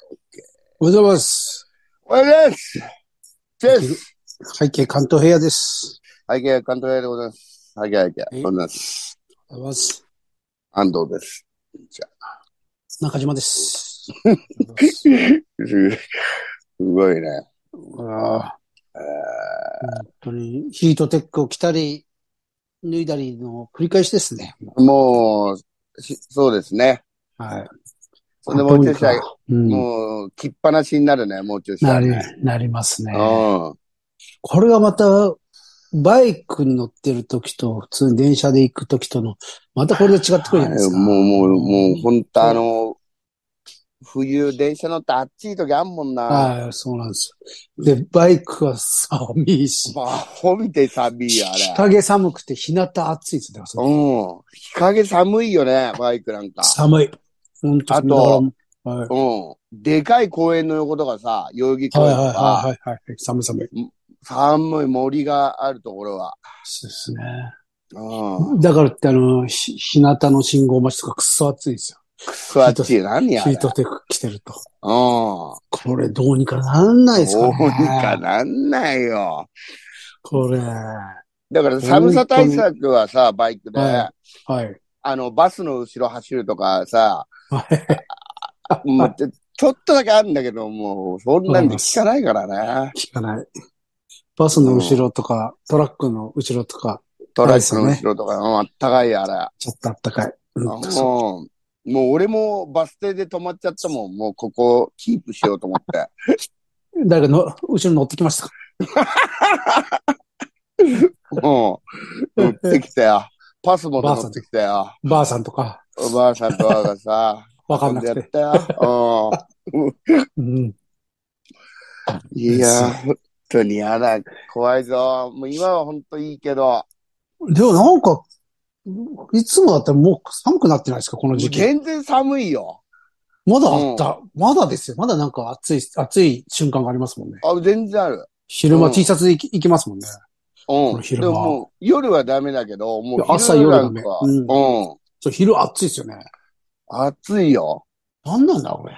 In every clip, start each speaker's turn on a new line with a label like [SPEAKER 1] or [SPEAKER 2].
[SPEAKER 1] おはようございます。
[SPEAKER 2] おはようございます。チェス。
[SPEAKER 1] 背景関東平野です。
[SPEAKER 2] はい、け、関東屋でございます。はい、け、はい、け、
[SPEAKER 1] はい
[SPEAKER 2] ございます。
[SPEAKER 1] おはようございます。
[SPEAKER 2] 安藤です。じゃ
[SPEAKER 1] 中島です。
[SPEAKER 2] あすごいね。
[SPEAKER 1] ああ、
[SPEAKER 2] え
[SPEAKER 1] 本当にヒートテックを着たり、脱いだりの繰り返しですね。
[SPEAKER 2] ーもう、しそうですね。
[SPEAKER 1] はい。
[SPEAKER 2] それでもう注射、
[SPEAKER 1] うん。
[SPEAKER 2] もう、切っぱなしになるね、もう注射。
[SPEAKER 1] なり、なります
[SPEAKER 2] う
[SPEAKER 1] ね。
[SPEAKER 2] ん。
[SPEAKER 1] これがまた、バイクに乗ってる時と、普通に電車で行く時との、またこれで違ってくるじゃないですか。
[SPEAKER 2] もう、もう、もう、ほんとあの、冬、電車乗ってあっちい時あんもんな。
[SPEAKER 1] はい、そうなんですよ。で、バイクは寒いし、
[SPEAKER 2] まあ、ほびて寒いよ、あ
[SPEAKER 1] 日
[SPEAKER 2] れ。
[SPEAKER 1] 陰寒くて日向暑いですね。
[SPEAKER 2] うん。日陰寒いよね、バイクなんか。
[SPEAKER 1] 寒い。本当
[SPEAKER 2] あと、
[SPEAKER 1] だからはい
[SPEAKER 2] うん。でかい公園の横とかさ、代々木公
[SPEAKER 1] はい
[SPEAKER 2] 園
[SPEAKER 1] はい
[SPEAKER 2] とか、
[SPEAKER 1] はいはいはい。寒い寒い。
[SPEAKER 2] 寒い森があるところは。
[SPEAKER 1] そうですね。
[SPEAKER 2] うん。
[SPEAKER 1] だからってあの、ひ日向の信号待ちとかくっそ暑いですよ。
[SPEAKER 2] くそあっちい。何や。
[SPEAKER 1] ヒ
[SPEAKER 2] うん。
[SPEAKER 1] ートテック着てると。
[SPEAKER 2] ど
[SPEAKER 1] これどうにかなんないですかね。
[SPEAKER 2] うにかなんないよ。
[SPEAKER 1] これ。
[SPEAKER 2] だから 寒さ対策はさ、バイクで、
[SPEAKER 1] はいはい。
[SPEAKER 2] あの、バスの後ろ走るとかさ、
[SPEAKER 1] はい。
[SPEAKER 2] もうちょちょっとだけあるんだけど、もう、そんなんで効かないからね。
[SPEAKER 1] 聞かない。バスの後ろとか、トラックの後ろとか、
[SPEAKER 2] トラックの後ろとか、うんあったかいあれ。
[SPEAKER 1] ちょっとあったかい。うん
[SPEAKER 2] うんもう、もう俺もバス停で止まっちゃったもん。もうここキープしようと思 って。
[SPEAKER 1] 誰かの、後ろ乗ってきましたか
[SPEAKER 2] もう、乗ってきたよ。パスも乗ってきたよ。
[SPEAKER 1] ばあさんとか、
[SPEAKER 2] おばあさんとあが さ、
[SPEAKER 1] わか
[SPEAKER 2] 飛ん
[SPEAKER 1] んな
[SPEAKER 2] でや
[SPEAKER 1] く。
[SPEAKER 2] ってたよ。
[SPEAKER 1] うん。
[SPEAKER 2] うん、いや、本当にやだ。怖いぞ。もう今は本当いいけど、
[SPEAKER 1] でもなんか、いつもだったらもう寒くなってないですかこの時期。
[SPEAKER 2] 全然寒いよ。
[SPEAKER 1] まだあった、まだですよ。まだなんか暑い、暑い瞬間がありますもんね。
[SPEAKER 2] あ、全然ある。
[SPEAKER 1] 昼間
[SPEAKER 2] うん
[SPEAKER 1] T シャツで行き行きますもんね。
[SPEAKER 2] う
[SPEAKER 1] の
[SPEAKER 2] ん。
[SPEAKER 1] 昼
[SPEAKER 2] で
[SPEAKER 1] 間
[SPEAKER 2] ももう夜はダメだけど、もう
[SPEAKER 1] 朝夜
[SPEAKER 2] な
[SPEAKER 1] ダ
[SPEAKER 2] ん
[SPEAKER 1] メ
[SPEAKER 2] か、
[SPEAKER 1] うん
[SPEAKER 2] うん。
[SPEAKER 1] そう、昼暑いですよね。
[SPEAKER 2] 暑いよ。
[SPEAKER 1] なんなんだ、これ。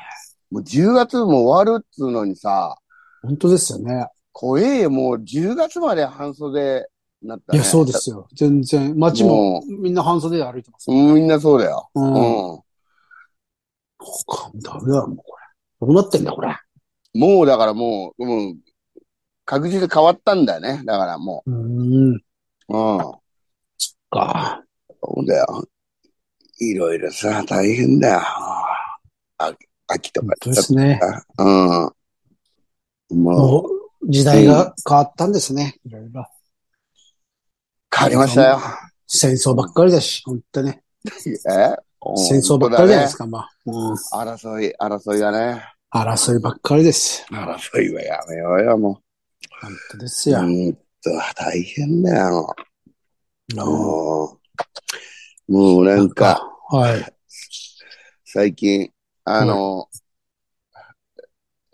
[SPEAKER 2] もう10月も終わるっつうのにさ、
[SPEAKER 1] 本当ですよね。
[SPEAKER 2] 怖えよ、もう10月まで半袖になった、
[SPEAKER 1] い
[SPEAKER 2] ね。
[SPEAKER 1] や、そうですよ。全然。街も
[SPEAKER 2] も
[SPEAKER 1] みんな半袖で歩いてます
[SPEAKER 2] う。。うんみんなそうだよ。
[SPEAKER 1] う。
[SPEAKER 2] うん
[SPEAKER 1] こ
[SPEAKER 2] ん。
[SPEAKER 1] こダメだ、もうこれ。どうなってんだ、これ。
[SPEAKER 2] もうだからもう、うん。確実に変わったんだよね。だからも
[SPEAKER 1] うー
[SPEAKER 2] う。う
[SPEAKER 1] ん。
[SPEAKER 2] ん。
[SPEAKER 1] か。
[SPEAKER 2] そうだよ。いろいろさ、大変だよ。あ秋と
[SPEAKER 1] 本
[SPEAKER 2] か
[SPEAKER 1] 当ですね。
[SPEAKER 2] さ。うん。もう、
[SPEAKER 1] もう、時代が変わったんですね。いろいろ。
[SPEAKER 2] 変わりましたよ。
[SPEAKER 1] 戦争ばっかりだし、本当ね。
[SPEAKER 2] え
[SPEAKER 1] 戦争ばっかりじゃないです
[SPEAKER 2] か。
[SPEAKER 1] か、まあ。うん。
[SPEAKER 2] 争い、争いだね。
[SPEAKER 1] 争いばっかりです。
[SPEAKER 2] 争いはやめようよ、もう。
[SPEAKER 1] 本当ですよ。
[SPEAKER 2] うんと、大変だよ、もう。
[SPEAKER 1] うん
[SPEAKER 2] もう、もうなんか、、
[SPEAKER 1] はい。
[SPEAKER 2] 最近、あの、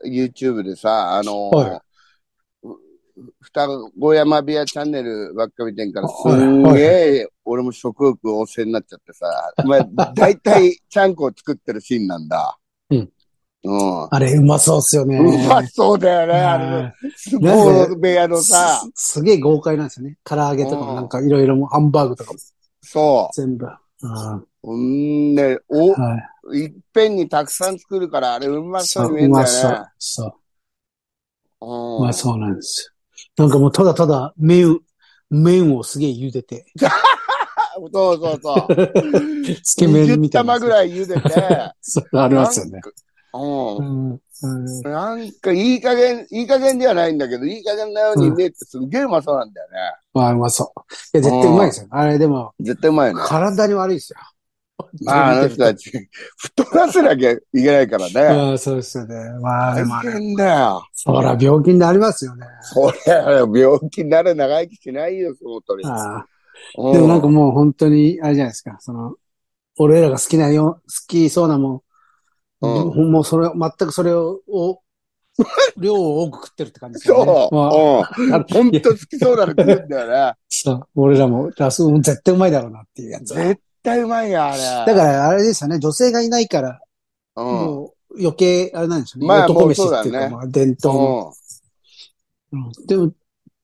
[SPEAKER 2] YouTube でさ、あの、
[SPEAKER 1] は
[SPEAKER 2] ふ双子山部屋チャンネルばっか見てんから、す
[SPEAKER 1] はい
[SPEAKER 2] んげえ、俺も食欲旺盛になっちゃって さ、まあ、大体、ちゃんこを作ってるシーンなんだ。
[SPEAKER 1] うん。
[SPEAKER 2] うん。
[SPEAKER 1] あれ、うまそうっすよね。
[SPEAKER 2] うまそうだよね、あ
[SPEAKER 1] は
[SPEAKER 2] の
[SPEAKER 1] い、
[SPEAKER 2] 相撲部屋のさ
[SPEAKER 1] す、すげえ豪快なんですよね。唐揚げと
[SPEAKER 2] う
[SPEAKER 1] か
[SPEAKER 2] ん
[SPEAKER 1] なんかいろいろも、ハンバーグとかも
[SPEAKER 2] そ
[SPEAKER 1] 全部。うん
[SPEAKER 2] う。うんで、お、
[SPEAKER 1] はい
[SPEAKER 2] いっぺんにたくさん作るから、あれうまそうに見え
[SPEAKER 1] うん
[SPEAKER 2] だ
[SPEAKER 1] ま
[SPEAKER 2] よ
[SPEAKER 1] そ
[SPEAKER 2] ね
[SPEAKER 1] う。。そうう。
[SPEAKER 2] ん
[SPEAKER 1] うまそうなんですよ。なんかもうただただ麺、麺をすげえ茹で て、
[SPEAKER 2] そうそうそう。
[SPEAKER 1] つけ麺みたい
[SPEAKER 2] 20玉
[SPEAKER 1] なやつ。。
[SPEAKER 2] ぐらい茹でて
[SPEAKER 1] そうありますよね。う。
[SPEAKER 2] うん
[SPEAKER 1] うん
[SPEAKER 2] ん。なんか、いい加減、いい加減ではないんだけど、いい加減なように見えて、すんげえうまそうなんだよね。
[SPEAKER 1] まあ、うまそう。いや、絶対うまいですよ。あれ、でも、
[SPEAKER 2] 絶対うまいよね。
[SPEAKER 1] 体に悪いですよ。
[SPEAKER 2] まあ、あの人たち、太らせなきゃいけないからね。
[SPEAKER 1] ああ、そうですよね。まあ、で
[SPEAKER 2] 大
[SPEAKER 1] もあれ、
[SPEAKER 2] 変だよ。
[SPEAKER 1] そら病気になりますよね。
[SPEAKER 2] そりゃ、病気になる長生きしないよ、その通り。
[SPEAKER 1] ああ
[SPEAKER 2] で
[SPEAKER 1] でもなんか、もう本当に、あれじゃないですか。その、俺らが好きなよ、好きそうなもん、
[SPEAKER 2] うん
[SPEAKER 1] ほんもうそれ、全くそれ を、を量を多く食ってるって感じですよね。
[SPEAKER 2] そう。
[SPEAKER 1] まあ
[SPEAKER 2] うん。ほんと好きそうなの来るんだよね。
[SPEAKER 1] そう俺らも、ラスも絶対うまいだろうなっていうやつ。だ
[SPEAKER 2] 絶対うまいよ、あれ。
[SPEAKER 1] から、あれですよね。女性がいないから、
[SPEAKER 2] うん。
[SPEAKER 1] も余計、あれなんでしょうね。
[SPEAKER 2] まあ
[SPEAKER 1] 男飯って
[SPEAKER 2] もう
[SPEAKER 1] いう
[SPEAKER 2] そうだ
[SPEAKER 1] か、
[SPEAKER 2] ね
[SPEAKER 1] まあ、伝統の。
[SPEAKER 2] うん
[SPEAKER 1] うんでも、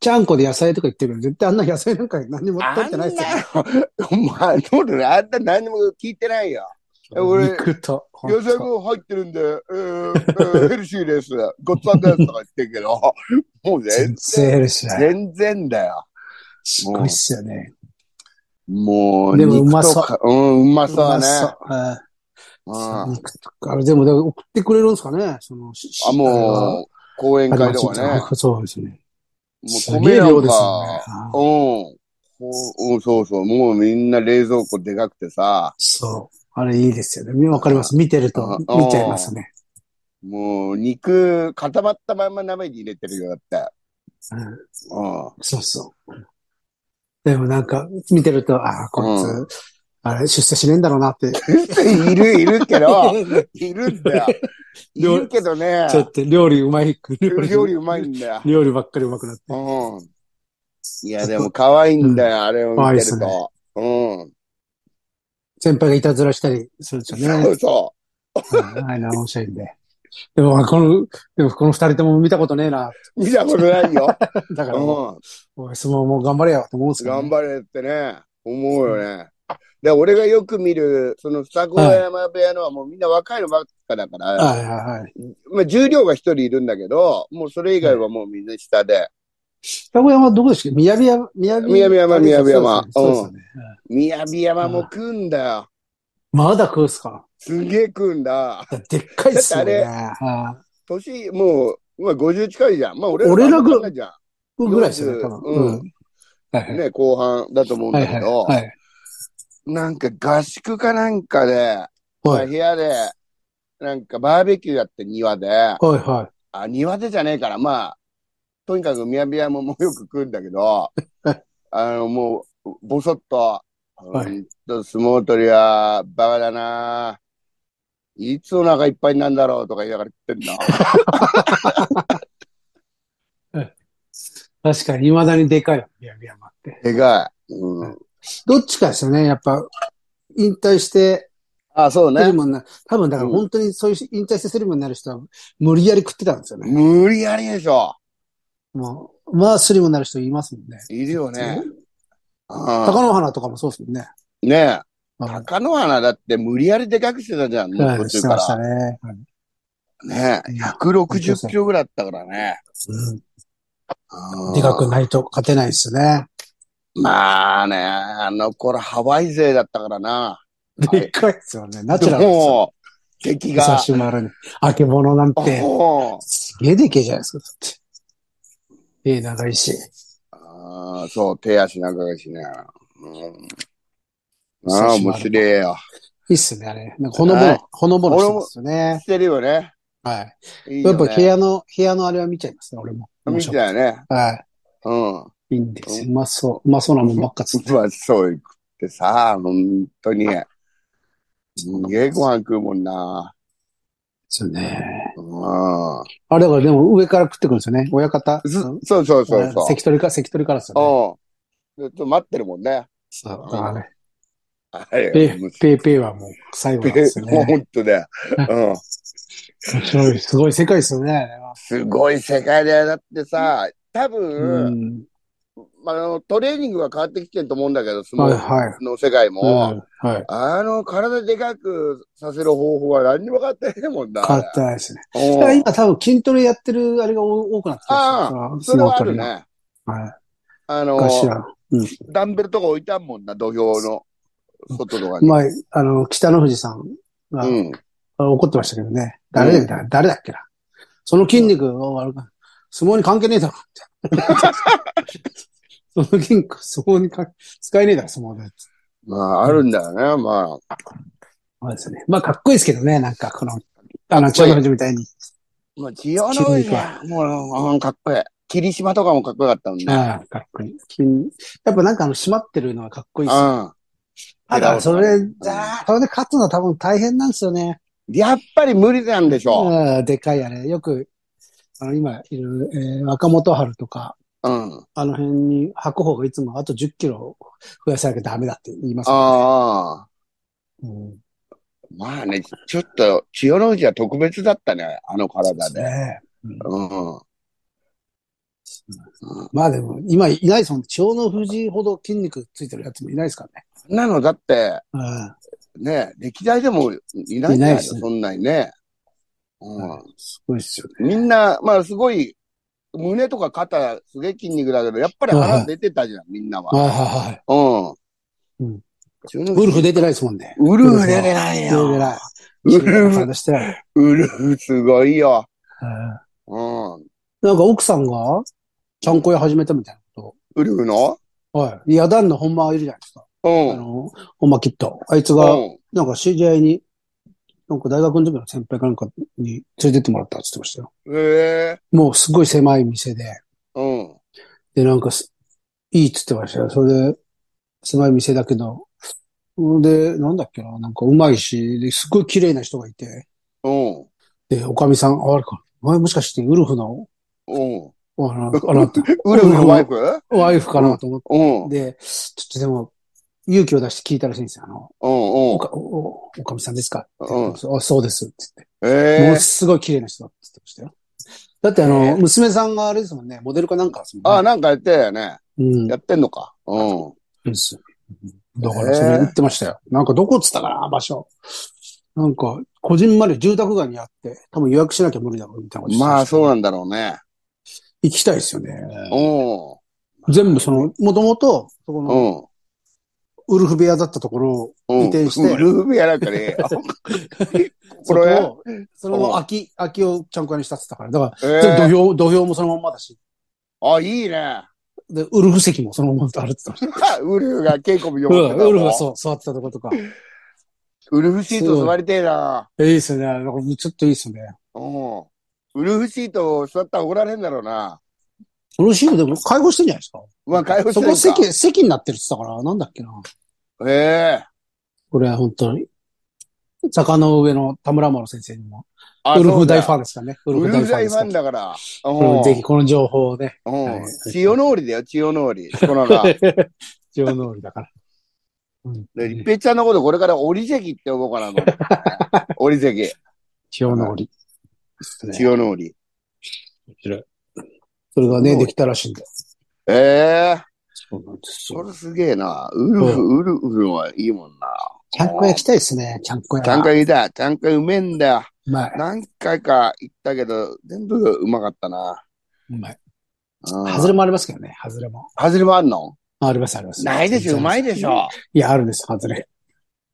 [SPEAKER 1] ちゃんこで野菜とか言ってるけど、絶対あんな野菜なんか何も取ってないですよ。
[SPEAKER 2] お前、そうだね。あんた何も聞いてないよ。あんな俺
[SPEAKER 1] 肉と。
[SPEAKER 2] 野菜も入ってるんで、えーえーヘルシーです。ごっつぁんですとか言ってるけ ど、もう全
[SPEAKER 1] 全然
[SPEAKER 2] 然、
[SPEAKER 1] ヘルシーだよ。
[SPEAKER 2] 全然だよ。
[SPEAKER 1] すごいっすよね。
[SPEAKER 2] もう、
[SPEAKER 1] でもうまそう
[SPEAKER 2] 肉とかうん、うまそうだね。
[SPEAKER 1] ね。
[SPEAKER 2] うん
[SPEAKER 1] そう肉とか、あれでも、だから送ってくれるんですかねその、し
[SPEAKER 2] あ、もう、講演
[SPEAKER 1] あれは
[SPEAKER 2] 会とかね。も
[SPEAKER 1] あそうですね。
[SPEAKER 2] う
[SPEAKER 1] すげ
[SPEAKER 2] 米
[SPEAKER 1] え
[SPEAKER 2] なん
[SPEAKER 1] 量
[SPEAKER 2] か
[SPEAKER 1] ですよね。あ
[SPEAKER 2] うん。こううんそうそう。もうみんな冷蔵庫でかくてさ、
[SPEAKER 1] そう。あれいいですよね。わかります。見てると、
[SPEAKER 2] うん
[SPEAKER 1] 見ちゃいますね。
[SPEAKER 2] もう肉固まったまんま鍋に入れてるよ、だって。
[SPEAKER 1] うん
[SPEAKER 2] うん。
[SPEAKER 1] そうそう。でもなんか、見てると、ああ、こいつ、
[SPEAKER 2] う
[SPEAKER 1] あれ、出世しねえんだろうなって。
[SPEAKER 2] いる、いるけ ど、いるんだよ。い
[SPEAKER 1] 料
[SPEAKER 2] るけどね、
[SPEAKER 1] ちょっと料理うまい、料
[SPEAKER 2] 料理うまいんだよ。
[SPEAKER 1] 料理ばっかりうまくなって。
[SPEAKER 2] うん。いや、でも可愛いんだよ、あれを
[SPEAKER 1] 可愛い
[SPEAKER 2] 見
[SPEAKER 1] ってす
[SPEAKER 2] る
[SPEAKER 1] ね
[SPEAKER 2] と。うん。
[SPEAKER 1] 先輩がいたずらしたりするんですよね
[SPEAKER 2] そ。うそ
[SPEAKER 1] うんああいうのは面白いんで。でも、この、でもこの二人とも見たことねえな。
[SPEAKER 2] う。見たことないよ。
[SPEAKER 1] だから、
[SPEAKER 2] う
[SPEAKER 1] おい相撲も頑張れよと思うんです
[SPEAKER 2] ん。
[SPEAKER 1] けど、
[SPEAKER 2] 頑
[SPEAKER 1] ね。
[SPEAKER 2] 張れってね、思うよね。で、俺がよく見る、その二子山部屋のはもうみんな若いのばっかだから、
[SPEAKER 1] はいはいはい。
[SPEAKER 2] まあ重量が一人いるんだけど、もうそれ以外はもうみんな下で、
[SPEAKER 1] 北小山はどこでしたっけ宮山、宮
[SPEAKER 2] 宮城山宮城山
[SPEAKER 1] そうですよね。うん
[SPEAKER 2] 雅山も食うんだよ。
[SPEAKER 1] まだ食うっすか
[SPEAKER 2] すげえ食うんだ。
[SPEAKER 1] でっかいっすよね。あ
[SPEAKER 2] 年、もう、まあ、50近いじゃん。まあ、俺
[SPEAKER 1] 俺らぐ
[SPEAKER 2] らいじゃ
[SPEAKER 1] ーぐらいですよね、多分。
[SPEAKER 2] うん
[SPEAKER 1] うん。はいは
[SPEAKER 2] ん。
[SPEAKER 1] い。
[SPEAKER 2] ね、後半だと思うん
[SPEAKER 1] はい
[SPEAKER 2] だけ
[SPEAKER 1] はい。
[SPEAKER 2] ど、
[SPEAKER 1] はい。
[SPEAKER 2] なんか合宿かなんかで、
[SPEAKER 1] は
[SPEAKER 2] 部
[SPEAKER 1] い
[SPEAKER 2] 屋で、なんかバーベキューやって庭で、あ、
[SPEAKER 1] はいは
[SPEAKER 2] 庭でじゃねえから、まあ、とにかく宮々ももうよく食うんだけ ど、あの、もう、ぼそっと、
[SPEAKER 1] はい
[SPEAKER 2] うんと、相撲取りは、バカだないつお腹いっぱいになるんだろうとか言いながら言ってんだ。
[SPEAKER 1] い。確かに、未だにでかいよ、宮城山って。
[SPEAKER 2] でかい。うん。
[SPEAKER 1] どっちかですよね、やっぱ。引退して、
[SPEAKER 2] あ、そう
[SPEAKER 1] セレ
[SPEAKER 2] ね。
[SPEAKER 1] モンな、多分だから本当にそういう引退してセレモンになる人は無理やり食ってたんですよね。
[SPEAKER 2] 無理やりでしょ。
[SPEAKER 1] もう、まあスリムになる人いますもんね。
[SPEAKER 2] いるよね。
[SPEAKER 1] 高
[SPEAKER 2] 高
[SPEAKER 1] 野花とかもそうですもんね。
[SPEAKER 2] ねえ。
[SPEAKER 1] はい
[SPEAKER 2] 高野花だって無理やりでかくしてたじゃん、もう途
[SPEAKER 1] し
[SPEAKER 2] 中
[SPEAKER 1] て
[SPEAKER 2] か
[SPEAKER 1] ました
[SPEAKER 2] ら。
[SPEAKER 1] ね。はい
[SPEAKER 2] ねえ。160キロぐらいあったからね。
[SPEAKER 1] うん
[SPEAKER 2] うん
[SPEAKER 1] でかくないと勝てないですよね。
[SPEAKER 2] まあね、あの頃ハワイ勢だったからな。い
[SPEAKER 1] でっかいですよね。ナチュラルですよ。
[SPEAKER 2] もう、敵
[SPEAKER 1] 武蔵
[SPEAKER 2] が。
[SPEAKER 1] 丸に。あけぼのなんて、
[SPEAKER 2] おう
[SPEAKER 1] すげえでけえじゃないですか、だって。え長いし。
[SPEAKER 2] あーそう、手足長いしね。うん、ああ、面白いよ。
[SPEAKER 1] いいっすね、あれ。なんかほのぼ
[SPEAKER 2] はい
[SPEAKER 1] の、ほのぼのしてますよね。
[SPEAKER 2] してるよね。
[SPEAKER 1] はい。
[SPEAKER 2] いい
[SPEAKER 1] やっ
[SPEAKER 2] よ
[SPEAKER 1] ぱ部
[SPEAKER 2] ね。
[SPEAKER 1] 屋の、部屋のあれは見ちゃいますね、俺も。
[SPEAKER 2] 見てたよね。
[SPEAKER 1] はい。
[SPEAKER 2] うん。
[SPEAKER 1] いいんですよ。うまそう。うまそうなもんばっかつっ て。
[SPEAKER 2] まあ、そう食ってさ、本当に。すげえご飯食うもんな。
[SPEAKER 1] ですよね。
[SPEAKER 2] うん。
[SPEAKER 1] あれだからでも上から食ってくるんですよね。親方。
[SPEAKER 2] そそうそうそうそう。
[SPEAKER 1] 関取か、関取からですよね。
[SPEAKER 2] うん。ずっと待ってるもんね。
[SPEAKER 1] そう。だからね。
[SPEAKER 2] はい。
[SPEAKER 1] ペ
[SPEAKER 2] もう
[SPEAKER 1] ー、ペーペーはもう最後なんですよ
[SPEAKER 2] もう
[SPEAKER 1] ね。
[SPEAKER 2] 本当だよ。うん。
[SPEAKER 1] 面白い。すごい世界ですよね。あれは
[SPEAKER 2] すごい世界だよ。だってさ、多
[SPEAKER 1] う
[SPEAKER 2] 分、
[SPEAKER 1] ん。
[SPEAKER 2] まああの、トレーニングが変わってきてると思うんだけど、相
[SPEAKER 1] はい
[SPEAKER 2] 撲
[SPEAKER 1] はい。
[SPEAKER 2] の世界
[SPEAKER 1] うん
[SPEAKER 2] も。
[SPEAKER 1] はい。
[SPEAKER 2] あの、体でかくさせる方法は何にも変わってないもんだ。
[SPEAKER 1] 変わってないですね。だから
[SPEAKER 2] うん
[SPEAKER 1] 今多分筋トレやってるあれが多多くなってき
[SPEAKER 2] あ
[SPEAKER 1] ます
[SPEAKER 2] それはあ
[SPEAKER 1] トレ
[SPEAKER 2] る
[SPEAKER 1] の。
[SPEAKER 2] ね。
[SPEAKER 1] はい。
[SPEAKER 2] あの、
[SPEAKER 1] 昔は。
[SPEAKER 2] ダンベルとか置いてあんもんな、土俵の外とかに。
[SPEAKER 1] 前、あの、北の富士さんが
[SPEAKER 2] うん。
[SPEAKER 1] 怒ってましたけどね。誰だっけな、誰だっけな。その筋肉を、あれか相撲に関係ねえだろって。その筋肉、相撲にか使えねえだろ、相撲で。
[SPEAKER 2] まあ、あるんだよね、まあ。
[SPEAKER 1] そうですね。まあ、かっこいいですけどね、なんか、この、あの、千代の富士みたいに。
[SPEAKER 2] まあ、千代の海じゃんもう、うん、かっこいい。霧島とかもかっこよかったもんね。
[SPEAKER 1] ああ、かっこいい。筋やっぱなんかあの、締まってるのはかっこいいですよ。
[SPEAKER 2] うん。
[SPEAKER 1] ただ、それ、
[SPEAKER 2] ん
[SPEAKER 1] ああそれで勝つのは多分大変なんですよね。
[SPEAKER 2] やっぱり無理なんでしょ
[SPEAKER 1] ああでかいあれ。よく、あの、今いる、えー若元春とか、
[SPEAKER 2] う。うん。
[SPEAKER 1] あの辺に白鵬がいつもあと10キロ増やさなきゃダメだって言いますよね、
[SPEAKER 2] ああ。
[SPEAKER 1] うん
[SPEAKER 2] まあね、ちょっと、千代の富士は特別だったね、あの体で。
[SPEAKER 1] ね。
[SPEAKER 2] うん。
[SPEAKER 1] まあでも、今いないですもん。千代の富士ほど筋肉ついてるやつもいないですからね。
[SPEAKER 2] そんなのだって、
[SPEAKER 1] うん。
[SPEAKER 2] ね、歴代でもいないんじゃない
[SPEAKER 1] いない
[SPEAKER 2] の
[SPEAKER 1] ですね
[SPEAKER 2] そんなにね。うん。
[SPEAKER 1] すごいですよね。
[SPEAKER 2] みんな、まあすごい、胸とか肩、すげえ筋肉だけど、やっぱり
[SPEAKER 1] はいは
[SPEAKER 2] 腹
[SPEAKER 1] い
[SPEAKER 2] 出てたじゃん、みんなは。
[SPEAKER 1] はいはいはい。
[SPEAKER 2] う
[SPEAKER 1] うん
[SPEAKER 2] ん。千代の
[SPEAKER 1] ウ
[SPEAKER 2] 富
[SPEAKER 1] ル
[SPEAKER 2] 士
[SPEAKER 1] フ出てないですもんね。
[SPEAKER 2] ウルフ出てない
[SPEAKER 1] 出て
[SPEAKER 2] よ。
[SPEAKER 1] ない。
[SPEAKER 2] ウルフ、
[SPEAKER 1] 出してない。
[SPEAKER 2] ウルフすごいよ。
[SPEAKER 1] うん
[SPEAKER 2] うん。
[SPEAKER 1] なんか奥さんが、ちゃんこ屋始めたみたいなこ
[SPEAKER 2] ウルフの
[SPEAKER 1] と。はい。野団の本間いるじゃないですか。
[SPEAKER 2] う
[SPEAKER 1] あ
[SPEAKER 2] ん。
[SPEAKER 1] の、本間キット。あいつが、
[SPEAKER 2] うん。
[SPEAKER 1] なんか知り合いに、なんか大学の時の先輩かなんかに連れてってもらったって言ってましたよ。
[SPEAKER 2] へえ。
[SPEAKER 1] もうすごい狭い店で。
[SPEAKER 2] うん。
[SPEAKER 1] で、なんかす、いいっつってましたよ。それで、狭い店だけど。で、なんだっけな、なんかうまいし、で、すっごい綺麗な人がいて。
[SPEAKER 2] うん。
[SPEAKER 1] で、おかみさん、ああれか、お前もしかしてウルフの、
[SPEAKER 2] うん。
[SPEAKER 1] あの、あの、
[SPEAKER 2] ウルフのワイプ
[SPEAKER 1] ワイフかなと思っ
[SPEAKER 2] うん。うん。
[SPEAKER 1] て。で、ちょっとでも、勇気を出して聞いたらしいんですよ。あの、
[SPEAKER 2] うん
[SPEAKER 1] お。か、お、おかみさんですかって
[SPEAKER 2] うん
[SPEAKER 1] あそうです。って言って。も
[SPEAKER 2] え
[SPEAKER 1] の
[SPEAKER 2] え。
[SPEAKER 1] すごい綺麗な人だって言ってましたよ。だってあの、
[SPEAKER 2] えー
[SPEAKER 1] 娘さんがあれですもんね、モデルかなんかですもんね。
[SPEAKER 2] あ、なんかやってたよね。
[SPEAKER 1] うん。
[SPEAKER 2] やってんのか。うん。
[SPEAKER 1] ですよだからそれ言ってましたよ。なんかどこっつったかな、場所。なんか、個人まで住宅街にあって、多分予約しなきゃ無理だろうみたいなこと言って
[SPEAKER 2] まあ、そう
[SPEAKER 1] う。
[SPEAKER 2] なんだろうね。
[SPEAKER 1] 行きたいですよね。
[SPEAKER 2] うん。
[SPEAKER 1] 全部その、もともと、そこの、
[SPEAKER 2] う
[SPEAKER 1] ウルフ部屋だったところを、
[SPEAKER 2] ん。
[SPEAKER 1] 移転して
[SPEAKER 2] うんルーフやなんかね。
[SPEAKER 1] そ
[SPEAKER 2] こ
[SPEAKER 1] こ
[SPEAKER 2] れ
[SPEAKER 1] を、そのまま空き、空きをちゃんこ屋にしたって言ったから、だか
[SPEAKER 2] え
[SPEAKER 1] ら、全部
[SPEAKER 2] え
[SPEAKER 1] 土俵、土俵もそのまんまだし、
[SPEAKER 2] あ、いいね。
[SPEAKER 1] で、ウルフ席もそのままあるって言ってました。
[SPEAKER 2] ウルフが稽古見よ
[SPEAKER 1] うんウルフが
[SPEAKER 2] う。
[SPEAKER 1] そう、座ってたとことか。え
[SPEAKER 2] ウルフシート座りてえな。
[SPEAKER 1] いいですよね。なんかちょっといいですよね。
[SPEAKER 2] うん。ウルフシート座ったらおられんだろうな。
[SPEAKER 1] ウルフシームでも解放してんじゃないですか
[SPEAKER 2] まあ、解放して
[SPEAKER 1] そ
[SPEAKER 2] る
[SPEAKER 1] こ
[SPEAKER 2] か。
[SPEAKER 1] 席、席になってるって言ってたから、なんだっけな。
[SPEAKER 2] ええ
[SPEAKER 1] これは本当に。坂の上の田村丸先生にも、
[SPEAKER 2] あ
[SPEAKER 1] ウル
[SPEAKER 2] そう
[SPEAKER 1] フ
[SPEAKER 2] だ
[SPEAKER 1] 大ファンですからね。ウル
[SPEAKER 2] ウ
[SPEAKER 1] フ
[SPEAKER 2] ルフ
[SPEAKER 1] 大ファン
[SPEAKER 2] 大
[SPEAKER 1] で
[SPEAKER 2] フ
[SPEAKER 1] すか
[SPEAKER 2] ァン
[SPEAKER 1] ら。
[SPEAKER 2] だから。
[SPEAKER 1] これ
[SPEAKER 2] うん。
[SPEAKER 1] ぜひこの情報をね、
[SPEAKER 2] う
[SPEAKER 1] はい
[SPEAKER 2] ん。千代の織だよ、千代の織。この な。
[SPEAKER 1] 情報通りだから。うん。
[SPEAKER 2] で一平ちゃんのことこれから織関って呼ぼうかなと思って。織関。
[SPEAKER 1] 千代の折。ですね
[SPEAKER 2] 千代の織。
[SPEAKER 1] 面白いそれがね、
[SPEAKER 2] うん
[SPEAKER 1] できたらしいんだよ。
[SPEAKER 2] ええ
[SPEAKER 1] そうなんです
[SPEAKER 2] そ
[SPEAKER 1] よ。
[SPEAKER 2] れすげえな。ウルフ、ウルフはいいもんな。
[SPEAKER 1] ちゃんこ屋行きたいですね。ちゃんこ屋。
[SPEAKER 2] ちゃんこいた。ちゃんこいうめえんだよ。
[SPEAKER 1] うまい。
[SPEAKER 2] 何回か行ったけど、全部うまかったな。
[SPEAKER 1] うまい。
[SPEAKER 2] うん
[SPEAKER 1] 外れもありますけどね。外れも。
[SPEAKER 2] 外れもあんの
[SPEAKER 1] あります、あります。
[SPEAKER 2] ないでしょ、うまいでし。ょ。
[SPEAKER 1] いや、あるんです、外れ。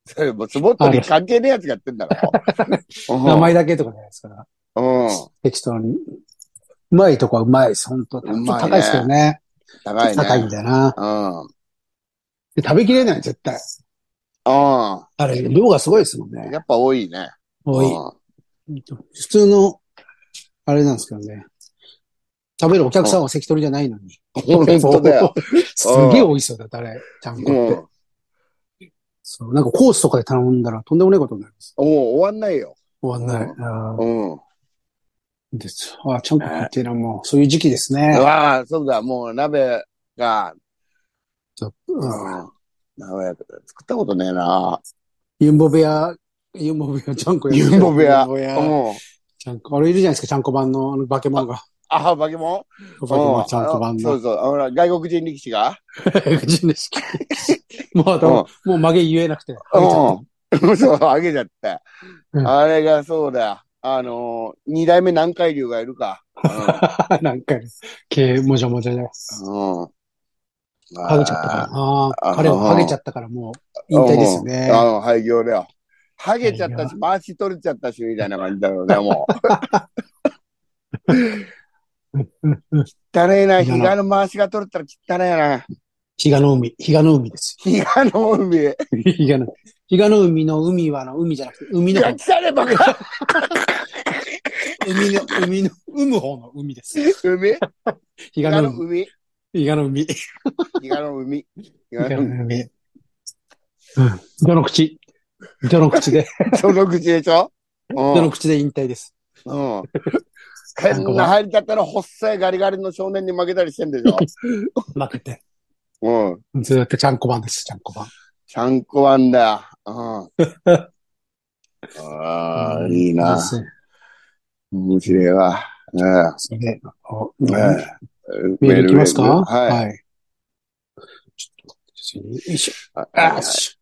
[SPEAKER 2] それもうスボットに関係ねえやつがやってんだろ。 うん
[SPEAKER 1] 名前だけとかじゃないですから。
[SPEAKER 2] うん。
[SPEAKER 1] 適当に。うまいとこはうまいです、本当ち
[SPEAKER 2] う
[SPEAKER 1] ょっと
[SPEAKER 2] まいね
[SPEAKER 1] 高いですけどね。
[SPEAKER 2] 高いね。
[SPEAKER 1] 高いんだよな。
[SPEAKER 2] うん。うん。
[SPEAKER 1] で食べきれない、絶対。あれ、量がすごいですもんね。
[SPEAKER 2] やっぱ多いね。
[SPEAKER 1] 多い。
[SPEAKER 2] うん
[SPEAKER 1] 普通の、あれなんですけどね。食べるお客さんは関取じゃないのに。
[SPEAKER 2] 本当だよ。
[SPEAKER 1] すげえ多いですよ、だってあれ、ちゃんこ
[SPEAKER 2] う
[SPEAKER 1] っ
[SPEAKER 2] ん。
[SPEAKER 1] て。そう、なんかコースとかで頼んだらとんでもないことになります。
[SPEAKER 2] お終わんないよ。
[SPEAKER 1] 終わんない。
[SPEAKER 2] う
[SPEAKER 1] あー
[SPEAKER 2] うん。
[SPEAKER 1] ですよ。あー、ちゃんこ食っていうのはもう、そういう時期ですね。
[SPEAKER 2] わあ、そうだ、もう鍋が、
[SPEAKER 1] ちょっと
[SPEAKER 2] う
[SPEAKER 1] うん
[SPEAKER 2] ん。鍋作ったことねえな。
[SPEAKER 1] ユンボ部屋、ユンボ部屋、ちゃんこ
[SPEAKER 2] ユンボ部屋
[SPEAKER 1] ユンボ部
[SPEAKER 2] う
[SPEAKER 1] 屋。
[SPEAKER 2] ん。
[SPEAKER 1] ちゃんこ、あれいるじゃないですか、ちゃんこ版の、あの、化け物が。
[SPEAKER 2] あ、バケモン
[SPEAKER 1] 化け物、ちゃんこ
[SPEAKER 2] う
[SPEAKER 1] 版
[SPEAKER 2] んそ
[SPEAKER 1] の
[SPEAKER 2] う。そう。ほら、外国人力士が
[SPEAKER 1] 人類式。もう、あ
[SPEAKER 2] うん
[SPEAKER 1] と、。もう曲げ言えなく て。
[SPEAKER 2] うん。そう、上げちゃって。
[SPEAKER 1] うん
[SPEAKER 2] あれがそうだ。あのー、二代目南海竜がいるか。
[SPEAKER 1] なんか、毛、もじゃもじゃで。
[SPEAKER 2] うん。うん。
[SPEAKER 1] ハゲちゃったから。あ
[SPEAKER 2] あ
[SPEAKER 1] あ、彼はハゲちゃったからもう、引退ですよね。
[SPEAKER 2] あうん、廃業だよ。ハゲちゃったし、回し取れちゃったし、みたいな感じだろうね、も う。汚えな、日がの回しが取れたら汚えな。
[SPEAKER 1] 比嘉の海、比嘉の海です
[SPEAKER 2] 日がの海。い
[SPEAKER 1] よ。 比嘉の、比嘉の海の海は、あの、海じゃなくて、海の
[SPEAKER 2] や、汚
[SPEAKER 1] 方、
[SPEAKER 2] え ばか。
[SPEAKER 1] 海の、海の、産む方の海です。
[SPEAKER 2] 海日
[SPEAKER 1] 比嘉
[SPEAKER 2] が
[SPEAKER 1] の
[SPEAKER 2] の
[SPEAKER 1] 海、
[SPEAKER 2] 海。
[SPEAKER 1] 比嘉の海。
[SPEAKER 2] 日がの海。日がの海。
[SPEAKER 1] ね。うん。どの口。どの口で、
[SPEAKER 2] その口でしょ
[SPEAKER 1] ど
[SPEAKER 2] う
[SPEAKER 1] の
[SPEAKER 2] ん。
[SPEAKER 1] 口で引退です。
[SPEAKER 2] うん。変な入りだったら、細いガリガリの少年に負けたりしてんでし
[SPEAKER 1] 負けて。
[SPEAKER 2] ょうん。
[SPEAKER 1] ずーっとちゃんこ版です、ちゃんこ版。
[SPEAKER 2] ちゃんこワンだよ。うん。ああ、いい
[SPEAKER 1] で
[SPEAKER 2] な。
[SPEAKER 1] すね
[SPEAKER 2] 面白いわ。うん
[SPEAKER 1] それで、お
[SPEAKER 2] ね
[SPEAKER 1] メールいきますか
[SPEAKER 2] メールはい。
[SPEAKER 1] い。ちょっと待ってよいしょ。
[SPEAKER 2] あ
[SPEAKER 1] あ
[SPEAKER 2] あ
[SPEAKER 1] よし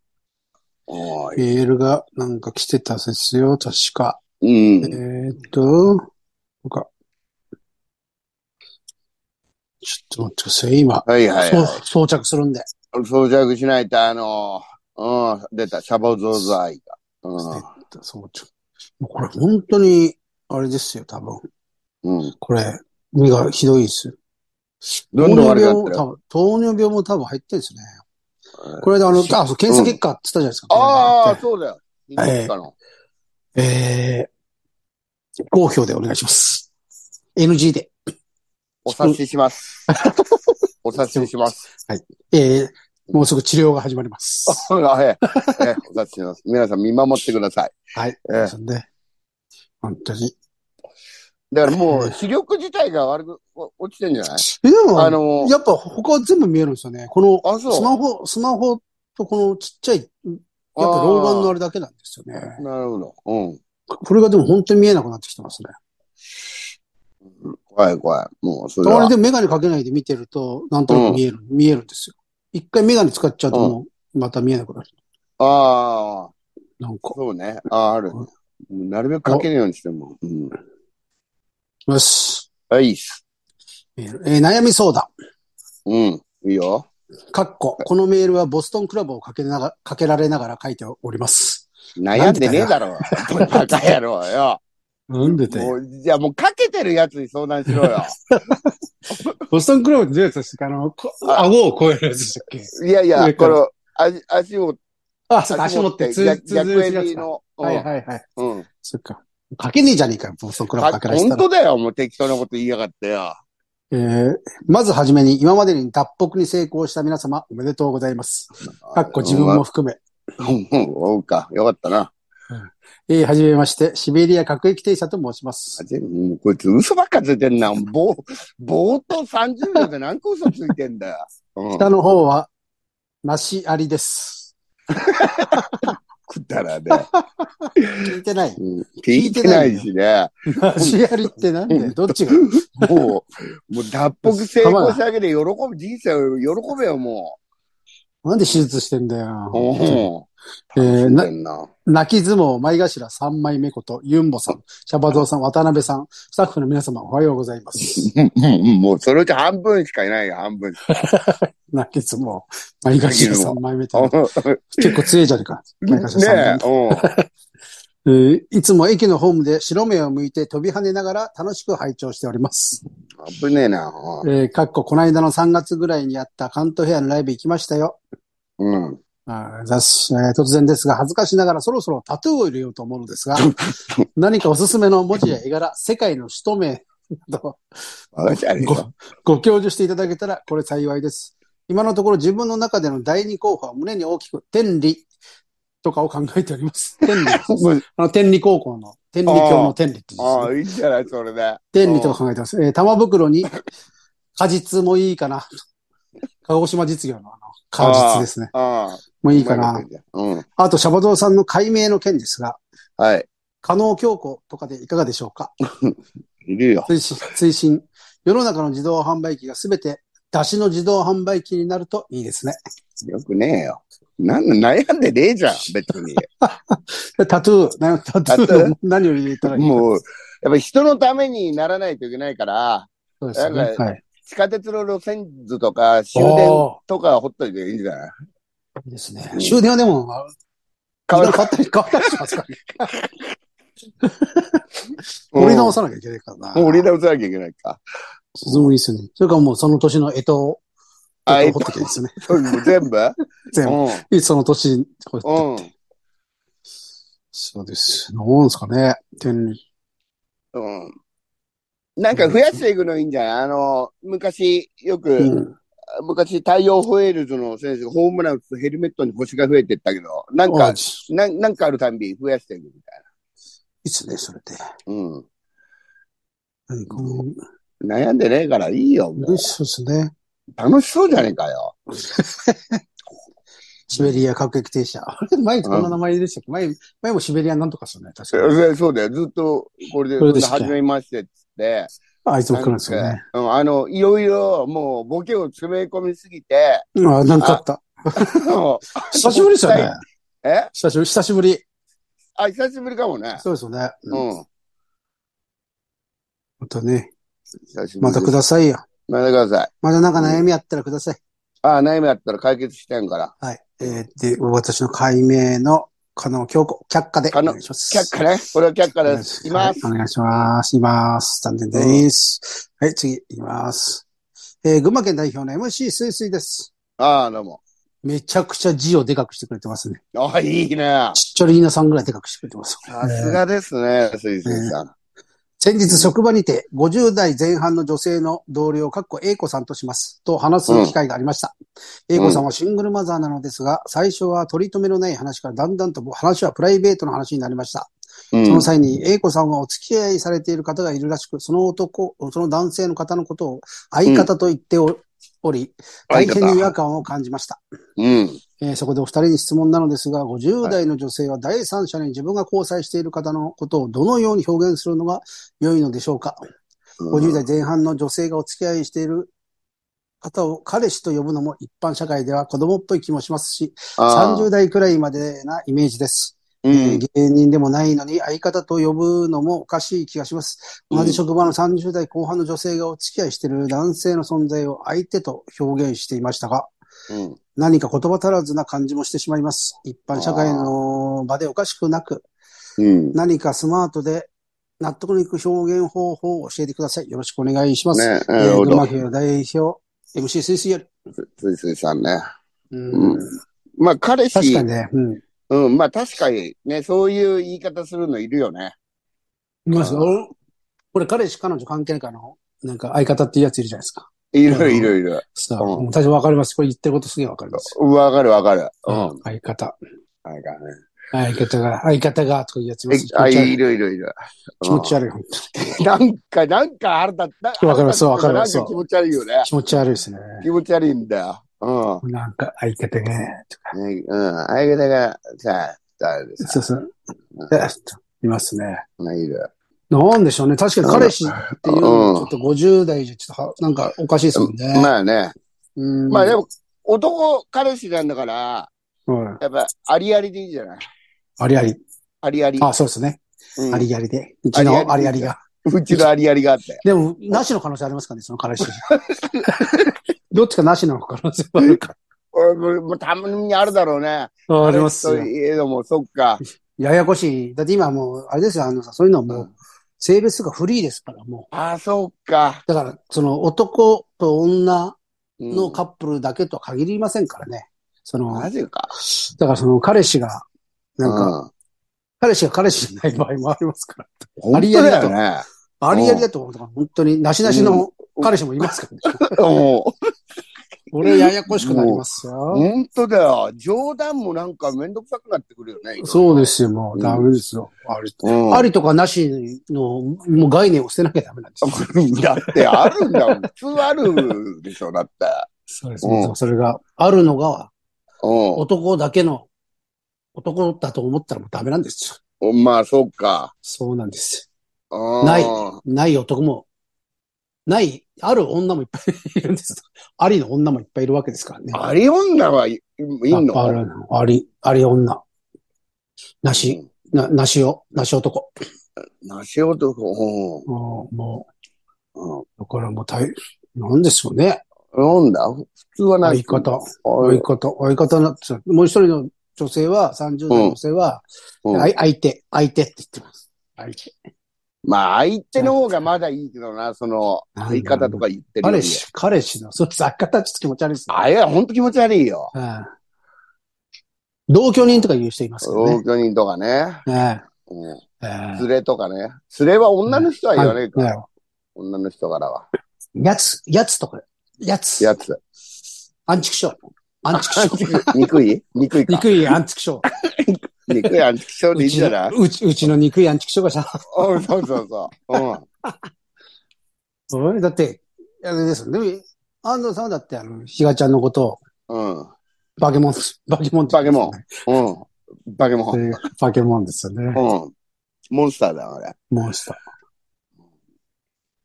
[SPEAKER 2] おい
[SPEAKER 1] メールがなんか来てたですよ、確か。
[SPEAKER 2] う
[SPEAKER 1] え
[SPEAKER 2] ん。
[SPEAKER 1] ーっと、なんか。ちょっと待ってください、今。
[SPEAKER 2] はいはいはい
[SPEAKER 1] そう装着するんで。
[SPEAKER 2] 装着しないと、あの、うん、出た、シャボゾーザイが。う
[SPEAKER 1] そうちょもうこれ本当に、あれですよ、多分。
[SPEAKER 2] ん。うん。
[SPEAKER 1] これ、身がひどいです。
[SPEAKER 2] どんどん悪くなっ
[SPEAKER 1] 糖
[SPEAKER 2] てる。
[SPEAKER 1] 尿病も多分、糖尿病も多分入ってるんですね。
[SPEAKER 2] うん
[SPEAKER 1] これであの、あ、そう検査結果って言ったじゃないですか。
[SPEAKER 2] ああ、
[SPEAKER 1] こ
[SPEAKER 2] そうだよ。いいかな
[SPEAKER 1] れねえー、非公表でお願いします。NG で。
[SPEAKER 2] お察しし ます。お察しします。
[SPEAKER 1] えー、もうすぐ治療が始まります。
[SPEAKER 2] はいえお察しします。皆さん見守ってください。
[SPEAKER 1] はい。
[SPEAKER 2] ええ
[SPEAKER 1] そんで、本当に。
[SPEAKER 2] だからもう、視力自体が悪く、お落ちてんじゃない
[SPEAKER 1] え、でも、
[SPEAKER 2] あの、
[SPEAKER 1] やっぱ他は全部見えるんですよね。この、
[SPEAKER 2] あ、そう。
[SPEAKER 1] スマホ、スマホとこのちっちゃい、やっぱ老眼のあれだけなんですよね。
[SPEAKER 2] なるほど。うん。
[SPEAKER 1] これがでも本当に見えなくなってきてますね。
[SPEAKER 2] 怖い怖い。もう、それ
[SPEAKER 1] あれ
[SPEAKER 2] は。
[SPEAKER 1] でメガネかけないで見てると、なんとなく見える、見えるんですよ。一回メガネ使っちゃうともう、また見えなくなる。
[SPEAKER 2] ああ、
[SPEAKER 1] なんか。
[SPEAKER 2] そうね。ああ、ある。なるべくかけるようにしても。うん。
[SPEAKER 1] よし。
[SPEAKER 2] あ、いいっす。
[SPEAKER 1] メールえー悩み相談。
[SPEAKER 2] うん。いいよ。
[SPEAKER 1] かっこ。このメールはボストンクラブをかけながら、かけられながら書いております。
[SPEAKER 2] 悩んでねえだろ。バカ野郎よ。
[SPEAKER 1] なんで
[SPEAKER 2] もう、じゃあもうかけてるやつに相談しろよ。
[SPEAKER 1] ボストンクラブってどういうやつですかあの、こ
[SPEAKER 2] あ
[SPEAKER 1] 顎を超えるやつでしたっけ
[SPEAKER 2] いやい
[SPEAKER 1] 上
[SPEAKER 2] や、
[SPEAKER 1] か
[SPEAKER 2] こ
[SPEAKER 1] ら
[SPEAKER 2] の、足、足を、
[SPEAKER 1] あ、そうか、足持って、つ、
[SPEAKER 2] 逆
[SPEAKER 1] つづ
[SPEAKER 2] 逆
[SPEAKER 1] るやつ
[SPEAKER 2] 襟
[SPEAKER 1] か。
[SPEAKER 2] の。うん
[SPEAKER 1] はいはいはい。
[SPEAKER 2] うん。
[SPEAKER 1] そっか。かけねえじゃねえかよ、ボストンクラブかけられてた
[SPEAKER 2] 本
[SPEAKER 1] ら。
[SPEAKER 2] 当だよ、もう適当なこと言いやがってよ。
[SPEAKER 1] えーまずはじめに、今までに脱北に成功した皆様、おめでとうございます。かっこ自分も含め。
[SPEAKER 2] うん。うん、そうか。よかったな。
[SPEAKER 1] えーはじめまして、シベリア各駅停車と申します
[SPEAKER 2] あ。全部もうこいつ嘘ばっかついてんな。ぼう、ぼーっと30秒で何個嘘ついてんだよ。うん。
[SPEAKER 1] 北の方は、梨ありです。
[SPEAKER 2] くだらね。
[SPEAKER 1] 聞いてない。
[SPEAKER 2] うん聞いてないしね。
[SPEAKER 1] 梨ありってなんで どっちが
[SPEAKER 2] もう、もう脱北成功しただけで喜ぶ、人生を喜べよ、も
[SPEAKER 1] なんで手術してんだよ
[SPEAKER 2] う。。 うん。
[SPEAKER 1] えーな
[SPEAKER 2] 楽しんでんな。
[SPEAKER 1] 泣き相撲、前頭三枚目こと、ユンボさん、シャバゾウさん、渡辺さん、スタッフの皆様、おはようございます。
[SPEAKER 2] うんうんうんもうそのうち半分しかいないよ、半分しか。
[SPEAKER 1] 泣き相撲、前頭三枚目 って
[SPEAKER 2] うん
[SPEAKER 1] 結構強いじゃねえか。前頭三枚
[SPEAKER 2] ねえ、
[SPEAKER 1] 目
[SPEAKER 2] うん。
[SPEAKER 1] えーいつも駅のホームで白目を向いて飛び跳ねながら楽しく拝聴しております。
[SPEAKER 2] 危ねえな。うん
[SPEAKER 1] えー、かっこ、この間の3月ぐらいにあった関東ヘアのライブ行きましたよ。
[SPEAKER 2] うん。
[SPEAKER 1] あーざっしえー突然ですが、恥ずかしながらそろそろタトゥーを入れようと思うのですが、何かおすすめの文字や絵柄、世界の首都名 など
[SPEAKER 2] 私あれ
[SPEAKER 1] ご、ご教授していただけたら、これ幸いです。今のところ自分の中での第二候補は胸に大きく、天理とかを考えております。天理。あの、天理高校の、天理教の天理って字ですね
[SPEAKER 2] ああ、いいんじゃないそれで。
[SPEAKER 1] 天理とか考えてます。えー玉袋に、果実もいいかな。鹿児島実業のあの果実ですね。
[SPEAKER 2] ああ。
[SPEAKER 1] もうい
[SPEAKER 2] い
[SPEAKER 1] いかな。。
[SPEAKER 2] うん。
[SPEAKER 1] あと、シャバゾウさんの解明の件ですが、
[SPEAKER 2] はい。
[SPEAKER 1] 加納教子とかでいかがでしょうか
[SPEAKER 2] いるよ。
[SPEAKER 1] 推進、推進。世の中の自動販売機がすべて、出汁の自動販売機になるといいですね。
[SPEAKER 2] よくねえよ。なん悩んでねえじゃん、別 に。
[SPEAKER 1] タトゥー、なタトゥ
[SPEAKER 2] タトゥ
[SPEAKER 1] ー
[SPEAKER 2] ー
[SPEAKER 1] を何を入れたらいい
[SPEAKER 2] もう、やっぱ人のためにならないといけないから、
[SPEAKER 1] そうですよね。
[SPEAKER 2] なんか
[SPEAKER 1] はい。
[SPEAKER 2] 地下鉄の路線図とか終電
[SPEAKER 1] お
[SPEAKER 2] とかほっといていいんじゃない
[SPEAKER 1] ーいいですね
[SPEAKER 2] う。ん
[SPEAKER 1] 終電はでも、まあ
[SPEAKER 2] 変わる
[SPEAKER 1] 変わったり、変わったりしますからね。折り直
[SPEAKER 2] さ
[SPEAKER 1] さなきゃいけないからな。
[SPEAKER 2] もう折り直さなきゃいけないか。
[SPEAKER 1] すごいですね。それからもうその年の干支を、
[SPEAKER 2] あ
[SPEAKER 1] 干支を掘ってきてですね。
[SPEAKER 2] そう全部
[SPEAKER 1] 全
[SPEAKER 2] うん。
[SPEAKER 1] 部。その年に掘って、
[SPEAKER 2] うん。
[SPEAKER 1] そうです。なんですかね。天理。
[SPEAKER 2] うんなんか増やしていくのいいんじゃないあの、昔、よく、
[SPEAKER 1] うん。
[SPEAKER 2] 昔、太陽ホエールズの選手がホームラン打つとヘルメットに星が増えてったけど、なん
[SPEAKER 1] あ
[SPEAKER 2] か
[SPEAKER 1] いい、で
[SPEAKER 2] なんなんかあるたんび増やしていくみたい
[SPEAKER 1] すね、それで。
[SPEAKER 2] な。うん。
[SPEAKER 1] 何かもう
[SPEAKER 2] 悩んでねえからいいよ、も
[SPEAKER 1] 嬉
[SPEAKER 2] う。
[SPEAKER 1] しそうですね。
[SPEAKER 2] 楽しそうじゃねえかよ。
[SPEAKER 1] シベリア各駅停車。あれ、前こんな名前でしたっけ前、前もシベリアなんとかっすよね、確かに。
[SPEAKER 2] そうそうだよ。ずっと、これで、
[SPEAKER 1] これでしたっけ
[SPEAKER 2] 初めましてっつって、
[SPEAKER 1] あいつも来るんですよね。
[SPEAKER 2] うん、あの、いろいろ、もう、ボケを詰め込みすぎて、
[SPEAKER 1] あなんかあった。
[SPEAKER 2] もう
[SPEAKER 1] 久しぶりでしたね。
[SPEAKER 2] え
[SPEAKER 1] 久しぶり、久しぶり。
[SPEAKER 2] あ、久しぶりかもね。
[SPEAKER 1] そうですよね。
[SPEAKER 2] う
[SPEAKER 1] うん
[SPEAKER 2] ん。
[SPEAKER 1] またね、
[SPEAKER 2] 久しぶりです。
[SPEAKER 1] またくださいよ。
[SPEAKER 2] またください。
[SPEAKER 1] まだなんか悩みあったらください。
[SPEAKER 2] あ、悩みあったら解決してんから。
[SPEAKER 1] はい。えーで、私の解明の、加納京子、却下でお
[SPEAKER 2] 加納
[SPEAKER 1] 願いします。
[SPEAKER 2] 却下ね。これは却下です。い
[SPEAKER 1] は
[SPEAKER 2] ま
[SPEAKER 1] い
[SPEAKER 2] す。
[SPEAKER 1] お願いします。います。残念です。はい、次、います。えー群馬県代表の MC すいすいです。
[SPEAKER 2] ああ、どうも。
[SPEAKER 1] めちゃくちゃ字をでかくしてくれてますね。
[SPEAKER 2] あいいね。
[SPEAKER 1] ちっちゃりーなさんぐらいでかくしてくれてます。
[SPEAKER 2] さすがですね、スイスイさん。
[SPEAKER 1] 先日職場にて50代前半の女性の同僚、かっこ A 子さんとします、と話す機会がありました。
[SPEAKER 2] ん
[SPEAKER 1] A 子さんはシングルマザーなのですが、最初は取り留めのない話からだんだんと話はプライベートの話になりました。
[SPEAKER 2] うん
[SPEAKER 1] その際に A 子さんはお付き合いされている方がいるらしく、その男、その男性の方のことを相方と言っておおり、大変に違和感を感じました。
[SPEAKER 2] うん。
[SPEAKER 1] えーそこでお二人に質問なのですが、50代の女性は第三者に自分が交際している方のことをどのように表現するのが良いのでしょうか、50代前半の女性がお付き合いしている方を彼氏と呼ぶのも一般社会では子供っぽい気もしますし、
[SPEAKER 2] あー
[SPEAKER 1] 30代くらいまでなイメージです。
[SPEAKER 2] うん。
[SPEAKER 1] 芸人でもないのに相方と呼ぶのもおかしい気がします。
[SPEAKER 2] うん
[SPEAKER 1] 同じ職場の30代後半の女性がお付き合いしている男性の存在を相手と表現していましたが、
[SPEAKER 2] うん。
[SPEAKER 1] 何か言葉足らずな感じもしてしまいます。一般社会の場でおかしくなく、
[SPEAKER 2] うん。
[SPEAKER 1] 何かスマートで納得のいく表現方法を教えてください。よろしくお願いします。
[SPEAKER 2] ね、
[SPEAKER 1] え
[SPEAKER 2] な
[SPEAKER 1] ー
[SPEAKER 2] るほ
[SPEAKER 1] 群馬
[SPEAKER 2] ど。
[SPEAKER 1] 県代表、MC スイスイより。
[SPEAKER 2] スイスイさんね。
[SPEAKER 1] うん
[SPEAKER 2] うんまあ、彼
[SPEAKER 1] 確か
[SPEAKER 2] 氏
[SPEAKER 1] に、ね、うん。
[SPEAKER 2] うん、まあ確かにね、そういう言い方するのいるよね。
[SPEAKER 1] いますよ
[SPEAKER 2] あ
[SPEAKER 1] これ彼氏彼女関係ないからの、なんか相方っていうやついるじゃないですか。
[SPEAKER 2] いるいるいる。
[SPEAKER 1] さあ、
[SPEAKER 2] うん
[SPEAKER 1] うん、確かにわかります。これ言ってることすげえわかります。
[SPEAKER 2] わかるわかる。うん。
[SPEAKER 1] 相方。
[SPEAKER 2] なんかね
[SPEAKER 1] 相方が、相方が、とかいうやついま
[SPEAKER 2] え
[SPEAKER 1] す。
[SPEAKER 2] あ、
[SPEAKER 1] 気持ち悪
[SPEAKER 2] い
[SPEAKER 1] い。
[SPEAKER 2] るいるいる。
[SPEAKER 1] 気持ち悪い。
[SPEAKER 2] なんか、なんかあるだった。
[SPEAKER 1] わかります
[SPEAKER 2] 腹立つ
[SPEAKER 1] わかります
[SPEAKER 2] なんか気持ち悪いよね。
[SPEAKER 1] 気持ち悪いですね。
[SPEAKER 2] 気持ち悪いんだよ。うん。
[SPEAKER 1] なんか、相方が、とか。
[SPEAKER 2] ねうん。相方がさ、誰です
[SPEAKER 1] そうそう。えっといますね。
[SPEAKER 2] いる。
[SPEAKER 1] なんでしょうね。確かに彼氏っていうのはちょっと50代じゃ、ちょっとは、なんかおかしいですもんね。
[SPEAKER 2] まあね。
[SPEAKER 1] うん
[SPEAKER 2] まあでも、男、彼氏なんだから、
[SPEAKER 1] うん。
[SPEAKER 2] やっぱ、ありありでいいじゃない
[SPEAKER 1] ありあり。
[SPEAKER 2] ありあり。
[SPEAKER 1] あ、そうですね。
[SPEAKER 2] うん
[SPEAKER 1] ありありで。うちのあ
[SPEAKER 2] あ
[SPEAKER 1] り
[SPEAKER 2] り
[SPEAKER 1] あ
[SPEAKER 2] あ
[SPEAKER 1] り
[SPEAKER 2] り
[SPEAKER 1] が。
[SPEAKER 2] うちのありありがあって。
[SPEAKER 1] でも、なしの可能性ありますかね、その 彼氏。どっちかなしの可能性はあるか。
[SPEAKER 2] 俺これもうたまにあるだろうね。
[SPEAKER 1] あります
[SPEAKER 2] といえども、そっか。
[SPEAKER 1] ややこしい。だって今もう、あれですよ、あのさ、そういうのはもう、性別がフリーですから、も
[SPEAKER 2] ああ、そっか。
[SPEAKER 1] う。だから、その男と女
[SPEAKER 2] うん
[SPEAKER 1] のカップルだけとは限りませんからね。その、
[SPEAKER 2] マ
[SPEAKER 1] だ
[SPEAKER 2] ジか。
[SPEAKER 1] からその彼氏が、なんか、
[SPEAKER 2] か、
[SPEAKER 1] 彼氏が彼氏じゃない場合もありますから。
[SPEAKER 2] 本当だよね。
[SPEAKER 1] ありありだと思うとか、本当に、なしなしの彼氏もいますからね。
[SPEAKER 2] も
[SPEAKER 1] これややこしくなります
[SPEAKER 2] う、
[SPEAKER 1] よ。
[SPEAKER 2] 本当だよ。冗談もなんかめんどくさくなってくるよね。
[SPEAKER 1] そうですよ、もう、
[SPEAKER 2] うん
[SPEAKER 1] ダメですよ。あり
[SPEAKER 2] うん。
[SPEAKER 1] ありとかなしの、もう概念を捨てなきゃダメなんですよ。
[SPEAKER 2] だってあるんだもん。普通あるでしょ、だって。
[SPEAKER 1] そうですす
[SPEAKER 2] ね
[SPEAKER 1] ね。それが、あるのが、
[SPEAKER 2] う
[SPEAKER 1] 男だけの、男だと思ったらもうダメなんですよ。
[SPEAKER 2] ん。まあ、そっか。
[SPEAKER 1] そうなんです。
[SPEAKER 2] うん
[SPEAKER 1] ないない男も、ない、ある女もいっぱいいるんです。ありの女もいっぱいいるわけですからね。
[SPEAKER 2] あり女はい、いい
[SPEAKER 1] やっ
[SPEAKER 2] んの
[SPEAKER 1] ぱあるのあり、あり女。なし、な、なしよ、なし男。
[SPEAKER 2] なし男、
[SPEAKER 1] うんも
[SPEAKER 2] うん。
[SPEAKER 1] う、だからもう大、なんですよね。
[SPEAKER 2] うん。なんだ普通はな
[SPEAKER 1] 相
[SPEAKER 2] い。
[SPEAKER 1] 方。
[SPEAKER 2] おい
[SPEAKER 1] 相方、相方なって、もう一人の女性は、30代の女性は、
[SPEAKER 2] うん
[SPEAKER 1] あい相手、相手って言ってます。相手。
[SPEAKER 2] まあ、相手の方がまだいいけどな、その、相方とか言ってるより
[SPEAKER 1] 彼。氏、彼氏の、そうです。相方ちょっと気持ち悪いですね。
[SPEAKER 2] あれは本当気持ち悪いよ。
[SPEAKER 1] うん同居人とか言う人いますけどね
[SPEAKER 2] 同。居人とかね。
[SPEAKER 1] ね
[SPEAKER 2] うん。
[SPEAKER 1] ええ
[SPEAKER 2] 連れとかね。連れは女の人は
[SPEAKER 1] え
[SPEAKER 2] 言わないから。
[SPEAKER 1] はい
[SPEAKER 2] 女の人からは。
[SPEAKER 1] やつ、やつとか、やつ。
[SPEAKER 2] やつ。
[SPEAKER 1] アンチクション。アン チクション。
[SPEAKER 2] 憎い憎いか。
[SPEAKER 1] 憎いアンチクション。
[SPEAKER 2] 憎いアンチクションでいいんじゃないう
[SPEAKER 1] ち、うちの憎いアンチクションがさ、
[SPEAKER 2] うんそうそうそう。うん。
[SPEAKER 1] おいだって、あれですよ。でも、安藤さんはだって、あの、ひがちゃんのことを、
[SPEAKER 2] うん。
[SPEAKER 1] バケモンです。バケモンって
[SPEAKER 2] バケ
[SPEAKER 1] 言
[SPEAKER 2] モ
[SPEAKER 1] うんんです。
[SPEAKER 2] うん。バケモン。
[SPEAKER 1] よね。えーバケモンですよね。
[SPEAKER 2] うん。モンスターだ、あれ。
[SPEAKER 1] モンスター。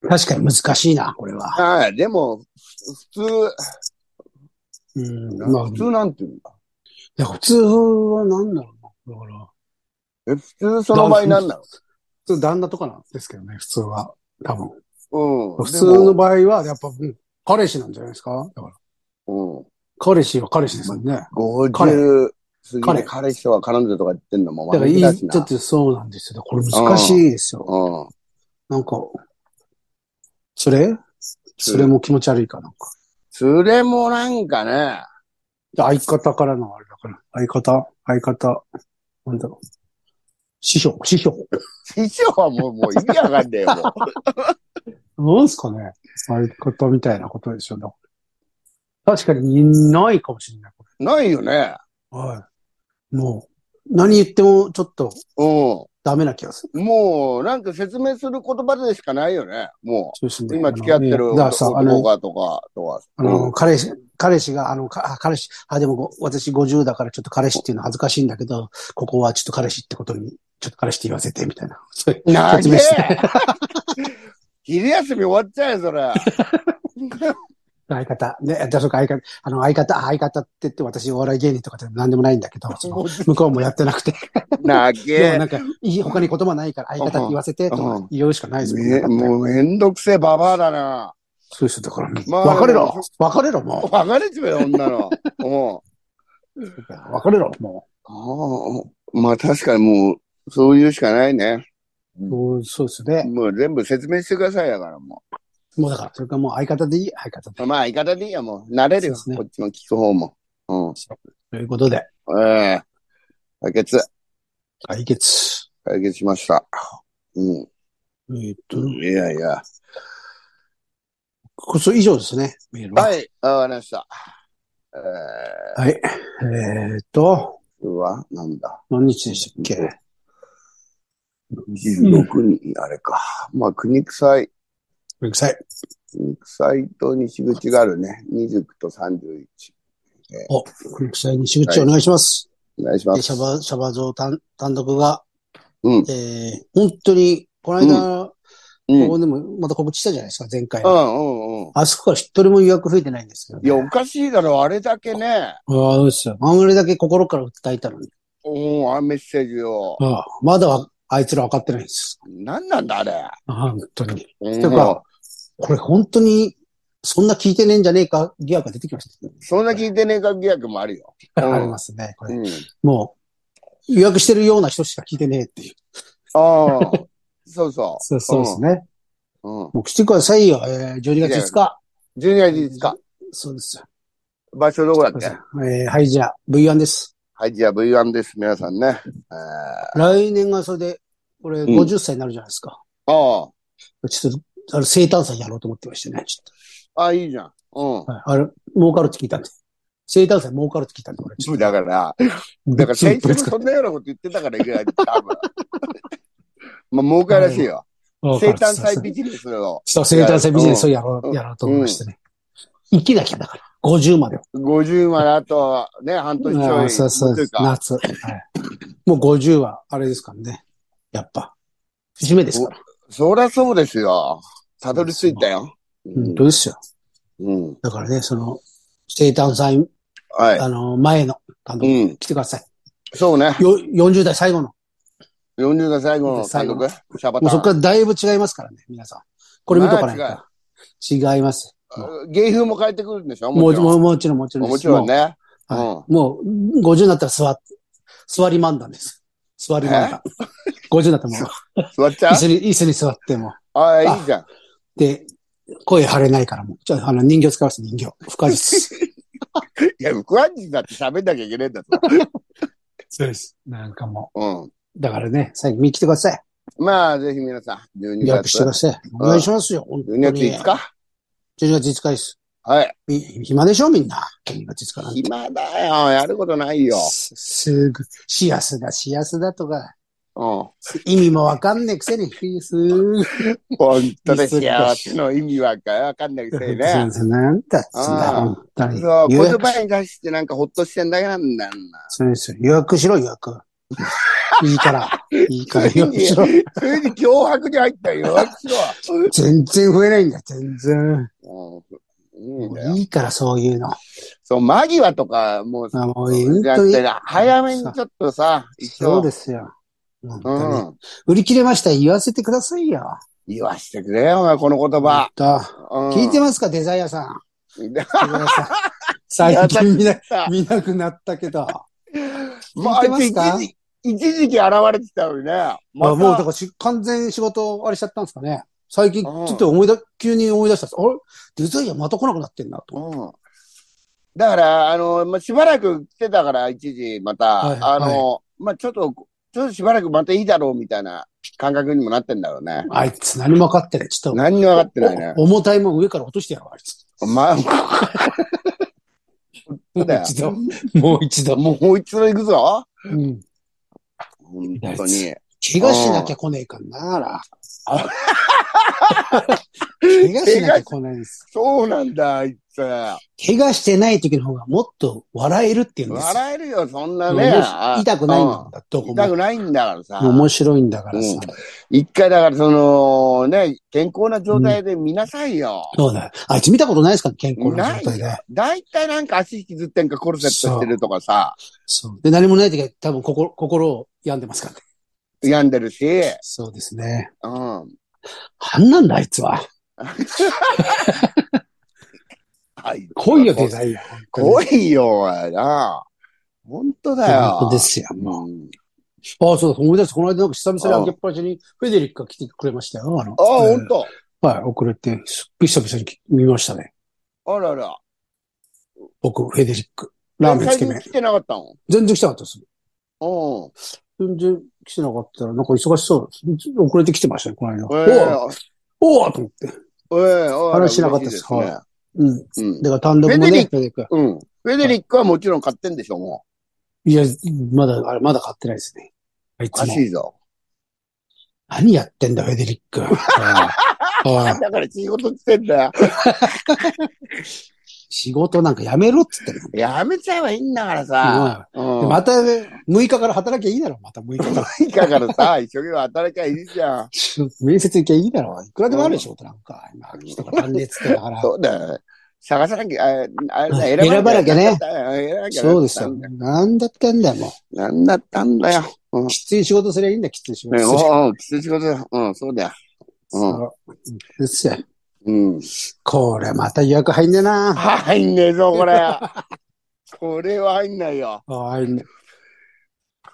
[SPEAKER 1] 確かに難しいな、これは。
[SPEAKER 2] はい。でも、ふ普
[SPEAKER 1] うん。
[SPEAKER 2] 通、
[SPEAKER 1] まあ、
[SPEAKER 2] 普
[SPEAKER 1] い
[SPEAKER 2] 通なんていうんだ。
[SPEAKER 1] や、普通は何だろうな。だから、
[SPEAKER 2] え、普通その場合なんだろ
[SPEAKER 1] 普通旦那とかなんですけどね、普通は。多分。
[SPEAKER 2] う。うん。
[SPEAKER 1] 普通の場合は、やっぱ、うん彼氏なんじゃないですかだから。
[SPEAKER 2] でも。
[SPEAKER 1] 彼氏は彼氏ですもんね。
[SPEAKER 2] うん。
[SPEAKER 1] 彼
[SPEAKER 2] 50過ぎ
[SPEAKER 1] 彼
[SPEAKER 2] て彼氏とか彼女とか言ってんのも
[SPEAKER 1] だから、
[SPEAKER 2] 悪
[SPEAKER 1] い
[SPEAKER 2] い
[SPEAKER 1] い、
[SPEAKER 2] だ
[SPEAKER 1] ち
[SPEAKER 2] し
[SPEAKER 1] ょっ
[SPEAKER 2] な。
[SPEAKER 1] とそうなんですよ。これ難しいですよ。
[SPEAKER 2] うん。
[SPEAKER 1] なんか、それそれも気持ち悪いかなんか。
[SPEAKER 2] それもなんかね、
[SPEAKER 1] 相方からのあれだから。相方、相方、なんだろう。師匠、師匠。
[SPEAKER 2] 師匠はもう、もう意味わかんねえよ、もう。
[SPEAKER 1] なんすかね相方みたいなことでしょうね。確かに、ないかもしれない。こ
[SPEAKER 2] ないよね。
[SPEAKER 1] れはい。もう、何言ってもちょっと
[SPEAKER 2] う
[SPEAKER 1] ダメな気がする。
[SPEAKER 2] ん。もう、なんか説明する言葉でしかないよね。も
[SPEAKER 1] そうです
[SPEAKER 2] う、
[SPEAKER 1] ね
[SPEAKER 2] 今付き合ってる
[SPEAKER 1] だからさ、あ
[SPEAKER 2] 男
[SPEAKER 1] の、
[SPEAKER 2] がとか、とか。
[SPEAKER 1] あの、彼氏、彼氏が、あの、かあ彼氏、あ、でもご私50だからちょっと彼氏っていうのは恥ずかしいんだけど、ここはちょっと彼氏ってことに、ちょっと彼氏って言わせて、みたいな。そういう
[SPEAKER 2] な
[SPEAKER 1] 説
[SPEAKER 2] げ
[SPEAKER 1] 明して。
[SPEAKER 2] え 昼休み終わっちゃうよ、そ れ。
[SPEAKER 1] 相方。ね、だからそうか相方、あの、相方、相方って言って、私お笑い芸人とかでも何でもないんだ けど、その向こうもやってなくて。
[SPEAKER 2] なげ
[SPEAKER 1] でも
[SPEAKER 2] え
[SPEAKER 1] なんか、いい、他に言葉ないから、相方って言わせて、とか言うしかないですもん
[SPEAKER 2] めもうめんどくせえババアだな。
[SPEAKER 1] そうですよだから、
[SPEAKER 2] まあ
[SPEAKER 1] 別れろ別れろも
[SPEAKER 2] 別れちまえよ、女の。も
[SPEAKER 1] う別れろも
[SPEAKER 2] う。ああまあ確かにもう、そういうしかないね。
[SPEAKER 1] うもうそうですね。
[SPEAKER 2] もう全部説明してくださいやから、も
[SPEAKER 1] もうだから、それからもう相方でいい、相方で。
[SPEAKER 2] う。まあ相方でいいや、もう。慣れるよ、
[SPEAKER 1] そうですね
[SPEAKER 2] こっちの聞く方も。うん。
[SPEAKER 1] ということで、
[SPEAKER 2] ええ解決、
[SPEAKER 1] 解決。
[SPEAKER 2] 解決しました。う
[SPEAKER 1] えーっと、
[SPEAKER 2] ん。いやいや。
[SPEAKER 1] こそ以上ですね、メールは。
[SPEAKER 2] はい、わかりました。え
[SPEAKER 1] はい。えーっと、
[SPEAKER 2] えうわ、なんだ。
[SPEAKER 1] 何日でしたっけ
[SPEAKER 2] 26人、あれか。まあ、国臭い、
[SPEAKER 1] ごめんなさい。
[SPEAKER 2] 国臭いと西口があるね。29と31。
[SPEAKER 1] この際に西口お願いします。
[SPEAKER 2] お願いしま
[SPEAKER 1] で、シ
[SPEAKER 2] す
[SPEAKER 1] ャ。バ、シャバ像単単独が、
[SPEAKER 2] うん
[SPEAKER 1] えー本当に、この間、
[SPEAKER 2] うん。う
[SPEAKER 1] こ
[SPEAKER 2] ん、
[SPEAKER 1] こでもまた告知したじゃないですか、前回。
[SPEAKER 2] うん、うん。
[SPEAKER 1] あそこは一人も予約増えてないんですけど、
[SPEAKER 2] い
[SPEAKER 1] ね。
[SPEAKER 2] や、おかしいだろ、あれだけね。
[SPEAKER 1] ああ、そうですよ。あれだけ心から訴えたのに。
[SPEAKER 2] うん、あのメッセージを。
[SPEAKER 1] ああまだは、あいつら分かってないんです。
[SPEAKER 2] 何なんだ、あれ。
[SPEAKER 1] ああ本当に。
[SPEAKER 2] うん
[SPEAKER 1] てか、これ本当に、そんな聞いてねえんじゃねえか、疑惑が出てきましたね、
[SPEAKER 2] そんな聞いてねえか疑惑もあるよ。うん
[SPEAKER 1] ありますね、これ。
[SPEAKER 2] うん。
[SPEAKER 1] もう、予約してるような人しか聞いてねえっていう。
[SPEAKER 2] ああ。そうそう。
[SPEAKER 1] そうそうですね。
[SPEAKER 2] うん。12
[SPEAKER 1] もう来てくださいよ、えー、12月5日。
[SPEAKER 2] 月5日。
[SPEAKER 1] そうですよ。
[SPEAKER 2] 場所どこだっけ
[SPEAKER 1] えーはい、じゃあ、V1 です。
[SPEAKER 2] はい、じゃあ V1 です、皆さんね。えー、
[SPEAKER 1] 来年がそれで、これ
[SPEAKER 2] ん
[SPEAKER 1] 50歳になるじゃないですか。
[SPEAKER 2] あ
[SPEAKER 1] ちょっと、あの、生誕祭やろうと思ってましてね。ちょ
[SPEAKER 2] あ。ああ、いいじゃん。うん
[SPEAKER 1] っ。と、はい、あれ、儲かるって聞いたんで。生誕祭儲かるって聞いたんで、俺。ちょっ
[SPEAKER 2] だから、
[SPEAKER 1] と
[SPEAKER 2] だから
[SPEAKER 1] ちょっ
[SPEAKER 2] 先
[SPEAKER 1] と
[SPEAKER 2] 週もそんなようなこと言ってたからいけない、多 分。まあ、儲かるらしいよ。
[SPEAKER 1] 儲か
[SPEAKER 2] 生
[SPEAKER 1] る
[SPEAKER 2] 誕祭ビジネスを
[SPEAKER 1] そう、生誕祭ビジネスをやろ
[SPEAKER 2] うん
[SPEAKER 1] う、やろうと思いましてね。生きなきゃだから。50までを。
[SPEAKER 2] 50まであと、ね、半年ちょ
[SPEAKER 1] あ
[SPEAKER 2] い。
[SPEAKER 1] あそうそう
[SPEAKER 2] といか
[SPEAKER 1] 夏。はいもう50は、あれですからね。やっぱ。節目ですから。
[SPEAKER 2] そりゃそうですよ。たどり着いたよ。
[SPEAKER 1] 本当ですよ。
[SPEAKER 2] うん。うん。
[SPEAKER 1] だからね、その、生誕祭、
[SPEAKER 2] は
[SPEAKER 1] あの、前の、あの、
[SPEAKER 2] い。うん。
[SPEAKER 1] 来てください。
[SPEAKER 2] そうね。
[SPEAKER 1] よ、40代最後の。
[SPEAKER 2] 40が最後の単独シャバ
[SPEAKER 1] も
[SPEAKER 2] タ
[SPEAKER 1] うそ
[SPEAKER 2] ン。
[SPEAKER 1] こからだいぶ違いますからね、皆さん。これ見とかないと。違います。
[SPEAKER 2] 芸風も変えてくるんでしょ
[SPEAKER 1] も
[SPEAKER 2] も
[SPEAKER 1] う、
[SPEAKER 2] ちろん。
[SPEAKER 1] もうもちろん、もちろんで
[SPEAKER 2] も
[SPEAKER 1] す。
[SPEAKER 2] ちろんね。
[SPEAKER 1] もう。はいもう、50になったら座っ、座り漫談です。座り漫談。50になったらもう、
[SPEAKER 2] 座っちゃう
[SPEAKER 1] 椅子に、椅子に座っても。
[SPEAKER 2] ああ、いいじゃん。
[SPEAKER 1] で、声張れないからもう。ちょ、あの、人形使わせて人形。不可実。
[SPEAKER 2] いや、クアンジだって喋んなきゃいけないんだぞ。
[SPEAKER 1] そうです。なんかも
[SPEAKER 2] うん。
[SPEAKER 1] う。だからね、最後見に来てください。
[SPEAKER 2] まあ、ぜひ皆さん、12
[SPEAKER 1] 予約して
[SPEAKER 2] 月
[SPEAKER 1] く。ださい。お願いしますよ、本当
[SPEAKER 2] 12月
[SPEAKER 1] に。
[SPEAKER 2] 5日
[SPEAKER 1] ?12 月5日です。
[SPEAKER 2] はい。
[SPEAKER 1] み暇でしょ、みんな。12月5日なんて。
[SPEAKER 2] 暇だよ。やることないよ。
[SPEAKER 1] すすぐ、幸せだ、幸せだとか、
[SPEAKER 2] うん。
[SPEAKER 1] 意味もわかんねえくせに、すー
[SPEAKER 2] 本当ですよ。の意味はわかんないくせにね。
[SPEAKER 1] 先生、なんだっつうんだ、
[SPEAKER 2] ああ
[SPEAKER 1] 本当に。
[SPEAKER 2] そう、
[SPEAKER 1] 予
[SPEAKER 2] 言
[SPEAKER 1] 約、
[SPEAKER 2] 葉に出してなんかほっとしてんだけなんだよ
[SPEAKER 1] 先生、予約しろ、予約。い いから、いいから予約しろ。
[SPEAKER 2] な。それに脅迫に入ったよ。私は。
[SPEAKER 1] 全然増えないんだよ、全然。
[SPEAKER 2] うん。いいん
[SPEAKER 1] も
[SPEAKER 2] だ
[SPEAKER 1] う
[SPEAKER 2] よ。
[SPEAKER 1] いいから、そういうの。
[SPEAKER 2] そう、間際とか、もう、
[SPEAKER 1] あもう、
[SPEAKER 2] そう
[SPEAKER 1] 本
[SPEAKER 2] じゃ
[SPEAKER 1] 当
[SPEAKER 2] なく
[SPEAKER 1] に
[SPEAKER 2] て。早めにちょっとさ、一
[SPEAKER 1] そう
[SPEAKER 2] 応。
[SPEAKER 1] ですよ。本
[SPEAKER 2] う
[SPEAKER 1] 当に。
[SPEAKER 2] ん。
[SPEAKER 1] 売り切れました、言わせてくださいよ。
[SPEAKER 2] 言わしてくれよ、お前、この言葉。
[SPEAKER 1] 本当聞いて
[SPEAKER 2] ま
[SPEAKER 1] ますか、デザイアさん。
[SPEAKER 2] す。
[SPEAKER 1] デザイアさん最近見な見なくなったけど。
[SPEAKER 2] まあ、
[SPEAKER 1] 聞いてますか
[SPEAKER 2] 一時一時期現れてたのにね。ま
[SPEAKER 1] あ
[SPEAKER 2] た
[SPEAKER 1] もうだからし完全仕事あれしちゃったんですかね。最近ち
[SPEAKER 2] うん
[SPEAKER 1] ょっと思いだ、急に思い出したんです。あれデザイアまた来なくなってんなと。
[SPEAKER 2] うん。だから、あの、まあ、しばらく来てたから、一時、また、
[SPEAKER 1] はいはい
[SPEAKER 2] あの、まあ、ちょっと、ちょっとしばらくまたいいだろう、みたいな感覚にもなってんだろうね。
[SPEAKER 1] あいつ何も分かってない。ちょっと
[SPEAKER 2] 何にも分かってないね。
[SPEAKER 1] お重たいもん上から落としてやろう、あいつ。
[SPEAKER 2] まあ、
[SPEAKER 1] も
[SPEAKER 2] うだ
[SPEAKER 1] う
[SPEAKER 2] よ
[SPEAKER 1] 一度。もう一度。
[SPEAKER 2] もう、もう一度行くぞ。
[SPEAKER 1] うん。
[SPEAKER 2] 本当に。
[SPEAKER 1] 怪我しなきゃ来ねえかんな、あら。怪我しなきゃ来ないです。
[SPEAKER 2] そうなんだ、あいつ。
[SPEAKER 1] 怪我してない時の方がもっと笑えるっていうんですよ。
[SPEAKER 2] 笑えるよ、そんなね。
[SPEAKER 1] 面白い痛くないんだ、どこ
[SPEAKER 2] 痛く
[SPEAKER 1] も。
[SPEAKER 2] ないんだからさ。
[SPEAKER 1] 面白いんだからさ。
[SPEAKER 2] うん一回だから、その、ね、健康な状態で見なさいよ。
[SPEAKER 1] そうだよ。あいつ見たことないですから、健康な状態で。
[SPEAKER 2] だいたいなんか足引きずってんかコルセットしてるとかさ、
[SPEAKER 1] そう。で、何もない時は多分心、心を病んでますからね。
[SPEAKER 2] 病んでるし、
[SPEAKER 1] そうですね。
[SPEAKER 2] うん。
[SPEAKER 1] あんなんだ、あいつは。
[SPEAKER 2] はい。
[SPEAKER 1] 来いよ、デザイア。
[SPEAKER 2] 来いよ、おいな。本当だよ。
[SPEAKER 1] 本当ですよ、も
[SPEAKER 2] う
[SPEAKER 1] う。
[SPEAKER 2] ん
[SPEAKER 1] ああ、そうだ、思い出した。この間なんか久々に開けっぱなしに、フェデリックが来てくれましたよ。あの、
[SPEAKER 2] あ、
[SPEAKER 1] えー
[SPEAKER 2] 本当。
[SPEAKER 1] はい、遅れて、すっごい久々に見ましたね。
[SPEAKER 2] あらら。
[SPEAKER 1] 僕、フェデリック。ラーメンつけ
[SPEAKER 2] 最
[SPEAKER 1] 麺
[SPEAKER 2] 近。来てなかったの
[SPEAKER 1] 全然来てなかったです。
[SPEAKER 2] うん。
[SPEAKER 1] 全然来てなかったら、なんか忙しそう。遅れて来てましたね、この間。
[SPEAKER 2] ええ
[SPEAKER 1] おおおと思って。
[SPEAKER 2] ええあら
[SPEAKER 1] 話しなかったです
[SPEAKER 2] 嬉しいね
[SPEAKER 1] う
[SPEAKER 2] う
[SPEAKER 1] ん。だ
[SPEAKER 2] ん。
[SPEAKER 1] から単独もね、
[SPEAKER 2] フェデリッ
[SPEAKER 1] フェデリック。
[SPEAKER 2] うん。フェデリックはもちろん買ってんでしょ、も。
[SPEAKER 1] いや、まだ、あれ、まだ買ってないですね。あいう
[SPEAKER 2] お
[SPEAKER 1] つ
[SPEAKER 2] か
[SPEAKER 1] も
[SPEAKER 2] し。いぞ。
[SPEAKER 1] 何やってんだ、フェデリッ ク。おいおい
[SPEAKER 2] だから仕事してんだよ。
[SPEAKER 1] 仕事なんかやめろっつってんの
[SPEAKER 2] やめちゃえばいいんだからさ。うん。
[SPEAKER 1] また、6日から働きゃいいだろ、また6日から。
[SPEAKER 2] いいからさ、一生懸命働きゃいいじゃん。
[SPEAKER 1] 面接行きゃいいだろ。いくらでもあるでしょ、なんか。今、人が単列ってだから。
[SPEAKER 2] そうだよ。探さなきゃ、ああれだ、
[SPEAKER 1] うん選
[SPEAKER 2] 選ばなきゃ
[SPEAKER 1] そうですよ。なんだってんだよ、もう。
[SPEAKER 2] なんだったんだよ。うん
[SPEAKER 1] きつい仕事すりゃいいんだよ、きつい仕事
[SPEAKER 2] ね、
[SPEAKER 1] す
[SPEAKER 2] お
[SPEAKER 1] りゃ。
[SPEAKER 2] うおう、きつい仕事だよ。うん、そうだよ。うん
[SPEAKER 1] そうですよ。
[SPEAKER 2] うん。
[SPEAKER 1] これ、また予約入んねえな。
[SPEAKER 2] 入んねえぞ、これ。これは入んないよ。
[SPEAKER 1] あ入んねえ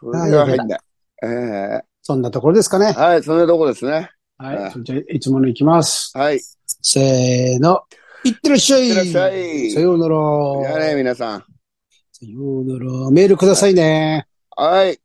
[SPEAKER 2] これは入んない。え
[SPEAKER 1] そんなところですか
[SPEAKER 2] え
[SPEAKER 1] ね。
[SPEAKER 2] はい、そんなとこですね。
[SPEAKER 1] はい。じゃあ、いつもの行きます。
[SPEAKER 2] はい。じ
[SPEAKER 1] せーの。いってらっしゃい。
[SPEAKER 2] いってらっしゃい
[SPEAKER 1] さような
[SPEAKER 2] ゃあ
[SPEAKER 1] ら。
[SPEAKER 2] ね、皆さん。
[SPEAKER 1] さようなら。メールくださいね。
[SPEAKER 2] はい。